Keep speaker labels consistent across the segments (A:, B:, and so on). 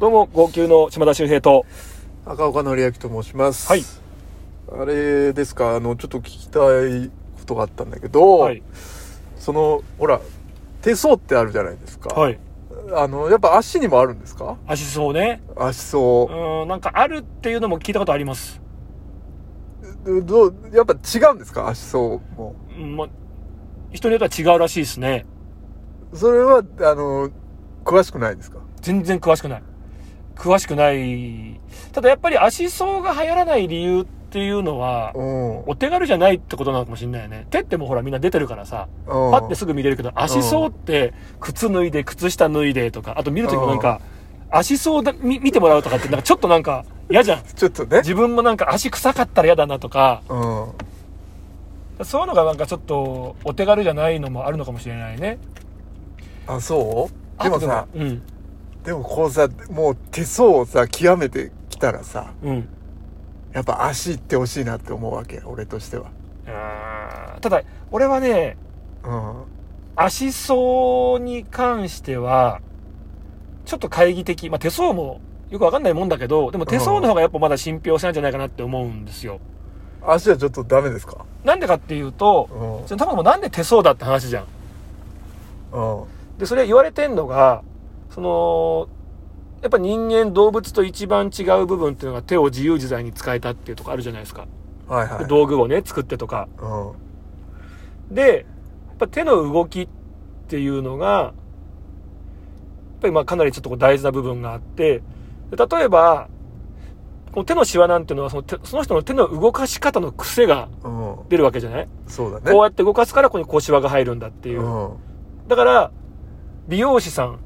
A: どうも、号泣の島田秀平と。
B: 赤岡典明と申します。
A: はい。
B: あれですか、あの、ちょっと聞きたいことがあったんだけど、
A: はい。
B: その、ほら、手相ってあるじゃないですか。
A: はい。
B: あの、やっぱ足にもあるんですか
A: 足そうね。
B: 足
A: う。
B: 相
A: ーん、なんかあるっていうのも聞いたことあります。
B: どう、やっぱ違うんですか足相も。
A: うんま、人によっては違うらしいですね。
B: それは、あの、詳しくないですか
A: 全然詳しくない。詳しくない。ただやっぱり足相が流行らない理由っていうのは、
B: うん。うん
A: お手軽じゃないってことなのかもしれないよね。手ってもうほらみんな出てるからさ、パッてすぐ見れるけど、足相って靴脱いで、靴下脱いでとか、あと見るときもなんか、足相だ見見てもらうとかってなんかちょっとなんか嫌じゃん。
B: ちょっとね。
A: 自分もなんか足臭かったら嫌だなとか、
B: うん。
A: そういうのがなんかちょっとお手軽じゃないのもあるのかもしれないね。
B: あ、そう
A: あ
B: でもさ、
A: でもうん。
B: でもこうさ、もう手相をさ、極めてきたらさ、
A: うん。
B: やっぱ足行ってほしいなって思うわけ、俺としては。
A: あーただ、俺はね、
B: うん。
A: 足相に関しては、ちょっと懐疑的。まあ、手相もよくわかんないもんだけど、でも手相の方がやっぱまだ信憑性なんじゃないかなって思うんですよ。
B: 足はちょっとダメですか
A: なんでかっていうと、
B: うん。
A: その多分もうなんで手相だって話じゃん。
B: うん。
A: で、それ言われてんのが、その、やっぱ人間、動物と一番違う部分っていうのが手を自由自在に使えたっていうとこあるじゃないですか。
B: はいはい。
A: 道具をね、作ってとか。
B: うん。
A: で、やっぱ手の動きっていうのが、やっぱりまあかなりちょっとこう大事な部分があって、で例えば、この手のシワなんていうのはその手その人の手の動かし方の癖が
B: うん。
A: 出るわけじゃない
B: そうだね。
A: こうやって動かすからここにこうシワが入るんだっていう。
B: うん。
A: だから、美容師さん、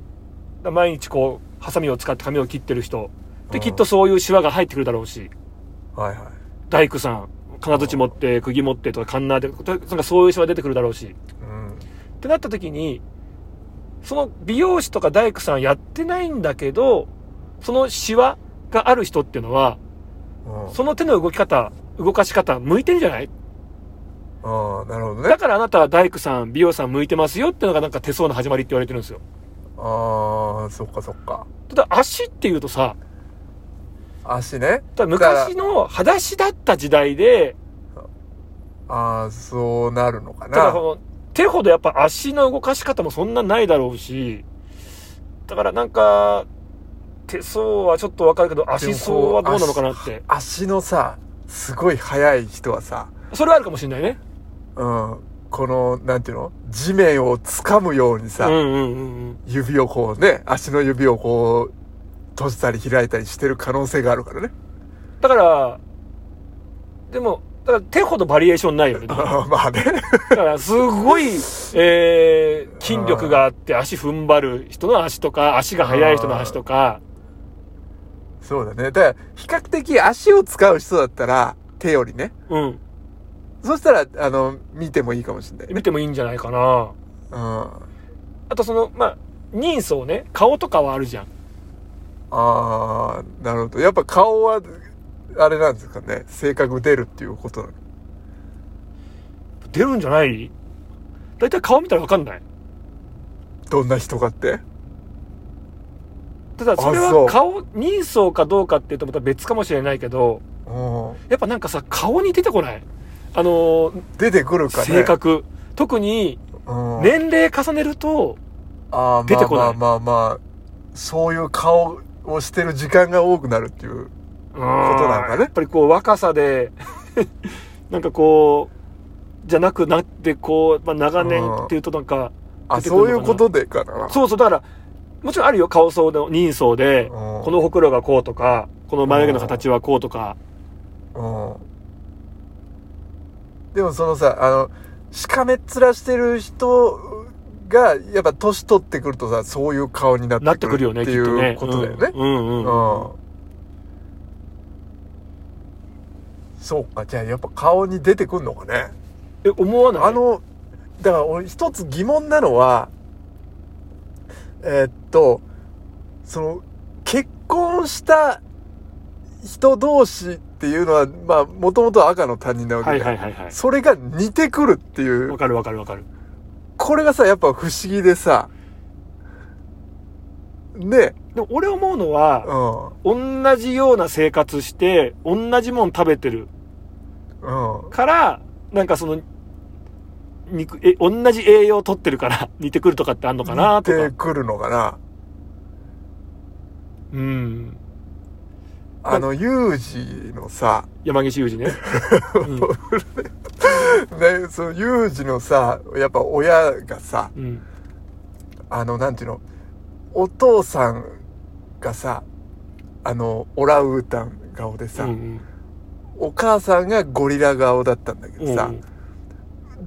A: 毎日こう、ハサミを使って髪を切ってる人、で、
B: うん
A: きっとそういうシワが入ってくるだろうし、
B: はいはい。
A: 大工さん、金槌持って、釘持ってとか、カンナーで、となんかそういうシワ出てくるだろうし、
B: うん。
A: ってなった時に、その美容師とか大工さんやってないんだけど、そのシワがある人っていうのは、
B: うん。
A: その手の動き方、動かし方、向いてるじゃない
B: ああ、なるほどね
A: だ。からあなたは大工さん、美容師さん向いてますよっていうのがなんか手相の始まりって言われてるんですよ。
B: ああ、そっかそっか。
A: ただ足っていうとさ、
B: 足ね。
A: ただ昔の裸足だった時代で、
B: ああ、そうなるのか
A: ただ
B: な。
A: この手ほどやっぱ足の動かし方もそんなないだろうし、だからなんか、手相はちょっとわかるけど、足相はどうなのかなって。
B: 足のさ、すごい速い人はさ、
A: それはあるかもしれないね。
B: うん。この、なんていうの地面を掴むように
A: う
B: さ、
A: んうんうんうん。
B: 指をこうね、足の指をこう、閉じたり開いたりしてる可能性があるからね。
A: だから、でも、だから手ほどバリエーションない よね。だ
B: あーまあね。
A: からすごい、えー、筋力があって足踏ん張る人の足とか、足が速い人の足とか、
B: そうだね。だから、比較的足を使う人だったら、手よりね。
A: うん、
B: そしたら、あの、見てもいいかもしれないね。
A: 見てもいいんじゃないかな。
B: うん。あ
A: あとその、まあ、人相ね、顔とかはあるじゃん。
B: あー、なるほど。やっぱ顔は、あれなんですかね。性格出るっていうことなの。
A: 出るんじゃないだいたい顔見たらわかんない。
B: どんな人かって。
A: ただそれ
B: あそ
A: は
B: う
A: 顔、人相かどうかっていうとまた別かもしれないけど、
B: うん。
A: やっぱなんかさ、顔に出てこないあのー
B: 出てくるかね。
A: 性。格。特に、
B: うん。
A: 年齢重ねると、
B: あー
A: 出てこない
B: まあまあまあまあ、そういう顔をしてる時間が多くなるっていう。
A: こと
B: なんかね
A: やっぱりこう若さで、 なんかこう、じゃなくなって、こう、まあ、長年っていうとなんか、
B: あ、
A: 出てくるのか
B: そう
A: な
B: いうことでかな。
A: そうそう、だから、もちろんあるよ、顔相の人相で、
B: うん
A: このほくろがこうとか、この眉毛の形はこうとか、
B: うん。でもそのさ、あの、しかめっ面してる人が、やっぱ年取ってくるとさ、そういう顔にな
A: なっ
B: っ
A: て
B: てく
A: くる
B: る
A: よね、
B: って
A: きっ
B: い
A: とね。
B: うことだよね。
A: うんうんうん。
B: うん。そうか、じゃあやっぱ顔に出てくるのかね。
A: え、思わない
B: あ、の、だから俺一つ疑問なのは、えーっと、その、結婚した人同士っていうのは、まあ、もともと赤の他人なわけ
A: は
B: じゃ
A: い
B: ん
A: はいはいはい。
B: それが似てくるってい
A: わ
B: う、
A: かるわかるわかる。
B: これがさ、やっぱ不思議でさ、ね。
A: でも俺思うのは、
B: うん。
A: 同じような生活して、同じもん食べてる
B: うん。
A: から、なんかその、肉、え、同じ栄養を取ってるから、 似てくるとかってあんのかなと
B: 出
A: か
B: て。くるのかな。
A: うん。
B: あの、ユージのさ、
A: 山岸裕二 ね。
B: ね、そのユージのさ、やっぱ親がさ、
A: うん。うん。
B: あの、なんていうの、お父さんがさ、あの、オランウータン顔で
A: う
B: さ、
A: ん
B: お母さんがゴリラ顔だったんだけ
A: う
B: ど
A: ん。
B: さ、
A: うん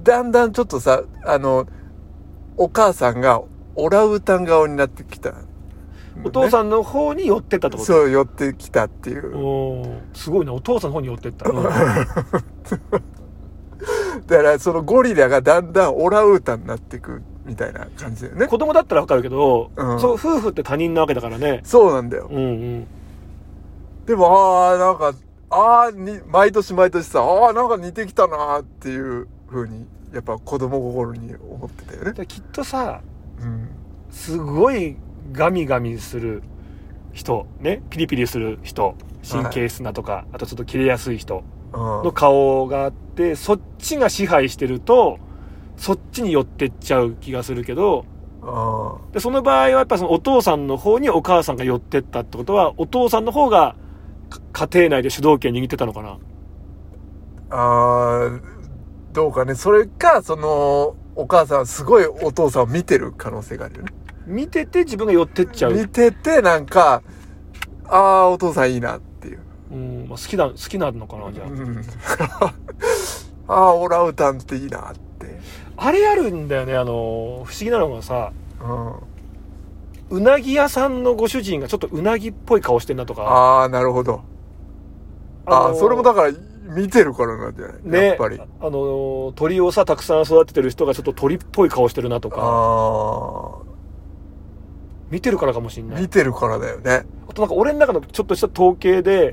B: だんだんちょっとさ、あの、お母さんがオランウータン顔になってきた、
A: お父
B: ん
A: さんの方に寄ってったってこと
B: そう、寄ってきたっていう。
A: おーすごいな、お父さんの方に寄ってった。 うん
B: だから、そのゴリラがだんだんオランウータンになってくみたいな感じだよね。
A: 子供だったらわかるけど、
B: うん
A: そう、夫婦って他人なわけだからね。
B: そうなんだよ。
A: うんうん。
B: でも、ああ、なんか、ああ、に、毎年毎年さ、ああ、なんか似てきたなーっていう風に、やっぱ子供心に思ってたよね。
A: できっとさ、
B: うん。
A: すごいガミガミする人、ね、ピリピリする人、神経質なとか、あとちょっと切れやすい人
B: うん。
A: の顔があって、そっちが支配してると、そっちに寄ってっちゃう気がするけど、
B: あ
A: で、その場合はやっぱそのお父さんの方にお母さんが寄ってったってことは、お父さんの方がか家庭内で主導権握ってたのかな。
B: あ、あーどうかね。それか、その、お母さん、すごいお父さんを見てる可能性があるよね。
A: 見てて自分が寄ってっちゃ
B: 見
A: う。
B: てて、なんか、ああ、お父さんいいなっていう。
A: うん、まあ、好きだ、好きなのかな、じゃあ。
B: うん。 ああ、オランウータンっていいなって。
A: あれあるんだよね、あの、不思議なのがさ、
B: うん。
A: うなぎ屋さんのご主人がちょっとうなぎっぽい顔してんなとか。
B: ああ、なるほど。あ
A: の
B: あ、それもだから、見てるからなんじゃない、
A: ね、
B: やっぱり。
A: あの、鳥をさ、たくさん育ててる人がちょっと鳥っぽい顔してるなとか、
B: あ
A: 見てるからかもしん
B: あ、
A: ない
B: 見。てるからだよね。
A: あとなんか俺の中のちょっとした統計で、やっ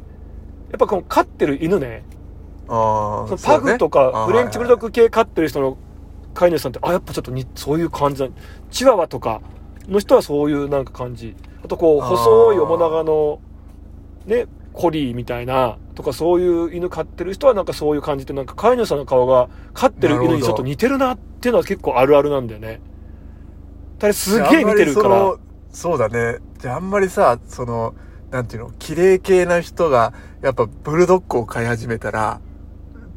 A: ぱこの飼ってる犬ね、
B: あ
A: そ
B: あ、
A: のパグとかフレンチブルドッ
B: グ。
A: グ系飼ってる人の飼い主さんって、あ、やっぱちょっとにそういう感じだ。チワワとかの人はそういうなんか感じ。あとこう、
B: あー
A: 細い面長の、ね、コリーみたいな、とかそういう犬飼ってる人はなんかそういう感じで、なんか飼い主さんの顔が飼ってる犬にちょっと似てるなっていうのは結構あるあるなんだよね。だからすげえ見てるか
B: あんまり
A: ら
B: その。そうだね。じゃああんまりさ、その、なんていうの、綺麗系な人が、やっぱブルドッグを飼い始めたら、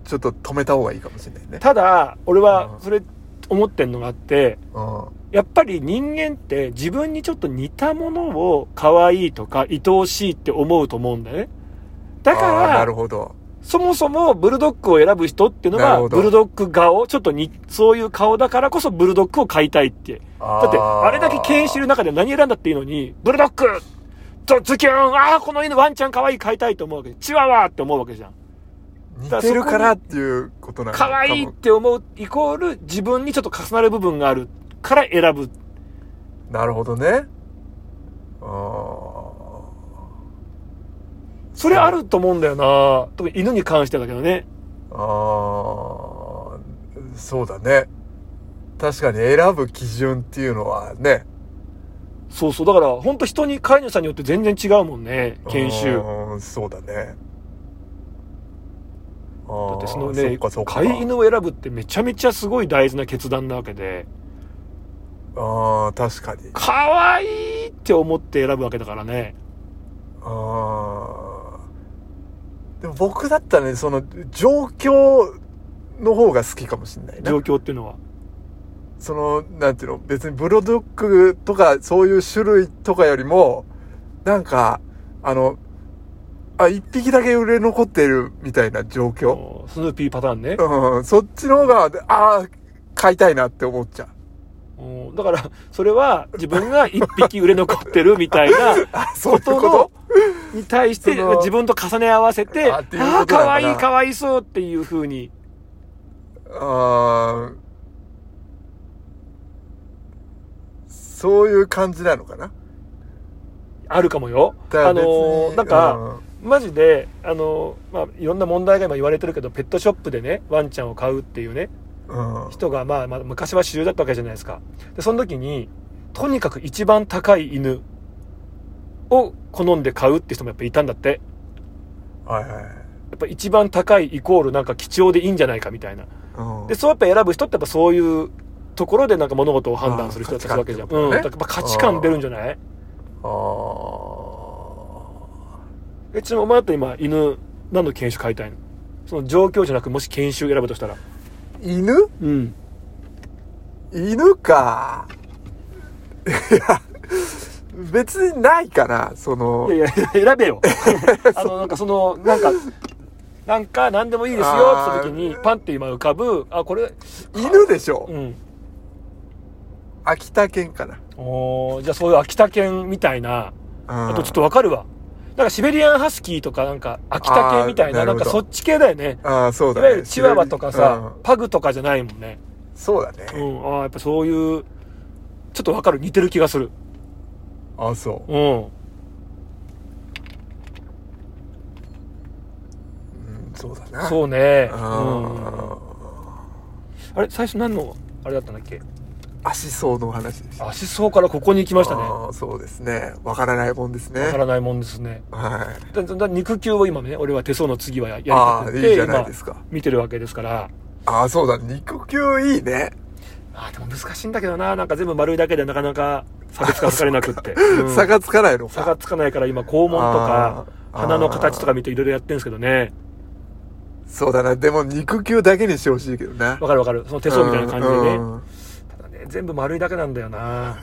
B: ちょっと止めた方がいいかもしれないね。
A: ただ、俺は
B: うん
A: それ思ってんのがあって、
B: うん。
A: やっぱり人間って自分にちょっと似たものを可愛いとか愛おしいって思うと思うんだよね。だか
B: ああな
A: ら
B: る、ほど。
A: そもそもブルドッグを選ぶ人っていうの
B: な
A: が、
B: るほど
A: ブルドッグ顔、ちょっとに、そういう顔だからこそブルドッグを飼いたいって。だ
B: だ
A: って、あれだけ敬遠してる中で何選んだっていいのに、ブルドッグとズキューンああ、この犬ワンちゃん可愛い飼いたいと思うわけチワワって思うわけじゃん。
B: 似てるからっていうことなの
A: 可愛いって思う、イコール自分にちょっと重なる部分があるから選ぶ。
B: なるほどね。ああ。
A: それあると思うんだよな特に犬に関してだけどね。
B: あーそうだね確かに選ぶ基準っていうのはね
A: そうそう。だから、本当人に、飼い主さんによって全然違うもんね。研修。だ
B: うんそうだねだ
A: ってその
B: そ
A: ね
B: っかそっ、か
A: 飼い犬を選ぶってめちゃめちゃすごい大事な決断なわけで、
B: ああ確かに
A: 可愛いって思って選ぶわけだからね。
B: あーでも僕だったらねその状況の方が好きかもしれないな
A: 状況っていうのは。
B: そのなんていうの別にブロドックとかそういう種類とかよりもなんかあのあ一匹だけ売れ残ってるみたいな状況、
A: スヌーピーパターンね。
B: うん、そっちの方がああ買いたいなって思っ ちゃう
A: うんだから、それは自分が一匹売れ残ってるみたいな
B: あそうい
A: こ
B: うこ
A: と
B: と
A: の、に対して
B: その
A: 自分と重ね合わせて、
B: あ
A: あ
B: っていう
A: あ、
B: ことなのか
A: 可
B: な
A: 愛い可愛いそうっていう風に。
B: あーそういう感じなのかな
A: あるかもよ。
B: だ
A: あ
B: ら別に
A: のーなんか、マジで、あのーまあ、いろんな問題が今言われてるけど、ペットショップでね、ワンちゃんを買うっていうね、
B: うん、うん
A: 人が、まあ、まあ、昔は主流だったわけじゃないですか。で、その時に、とにかく一番高い犬を好んで買うって人もやっぱいたんだって。
B: はいはいはい
A: やっぱ一番高いイコールなんか貴重でいいんじゃないかみたいな。
B: うん
A: で、そうやっぱ選ぶ人ってやっぱそういうところでなんか物事を判断する人だったりするわけじゃん。
B: あ
A: うん。
B: ー
A: だからやっぱ価値観出るんじゃない
B: あ
A: え、ちなみにお前だって今犬、何の犬種飼いたいのその状況じゃなくもし犬種選ぶとしたら。
B: ー犬
A: うん。
B: 犬かいや別にないかなその
A: い やいや、選べよ。あの、なんかその、なんか、なんか何でもいいですよって言った時に、パンって今浮かぶ、あ、これ、
B: 犬でしょ、
A: うん。
B: 秋田犬かな、
A: おーじゃあそういう秋田犬みたいな、
B: うん
A: あとちょっとわかるわ。なんかシベリアンハスキーとかなんか秋田犬みたいな、
B: あー
A: な
B: な
A: ん
B: る
A: か
B: ほど
A: そっち系だよね。
B: ああそう
A: い
B: だね
A: わゆるチワワとかさ、パグとかじゃないもんね。
B: うんそうだね、
A: うん、ああ、やっぱそういう、ちょっとわかる、似てる気がする。
B: ああそ
A: うん。
B: う、うん、そうだな
A: そうね。う
B: あ
A: ん。あれ、最初何の、あれだったんだっけ
B: ー足相のお話でした
A: アシソからここに行きましたね。わ
B: あーそうですねわからないもんですね
A: からないもんですね。
B: はい
A: だだだ肉球を今ね、俺は手相の次はややりた
B: ああ
A: く
B: ー
A: て、
B: いいじゃないですか
A: 今見てるわけですから。
B: ああそうだ肉球いいね、
A: あーでも難しいんだけどな。なんか全部丸いだけでなかなか差別化されなくって。うん
B: 差がつかないの
A: 差
B: か
A: がつかないから今、肛門とか、
B: あー
A: 鼻の形とか見ていろいろやってるんですけどね。
B: そうだなでも肉球だけにしてほしいけどな
A: わかるわかる。その手相みたいな感じでね。
B: うんうん
A: ただね、全部丸いだけなんだよな。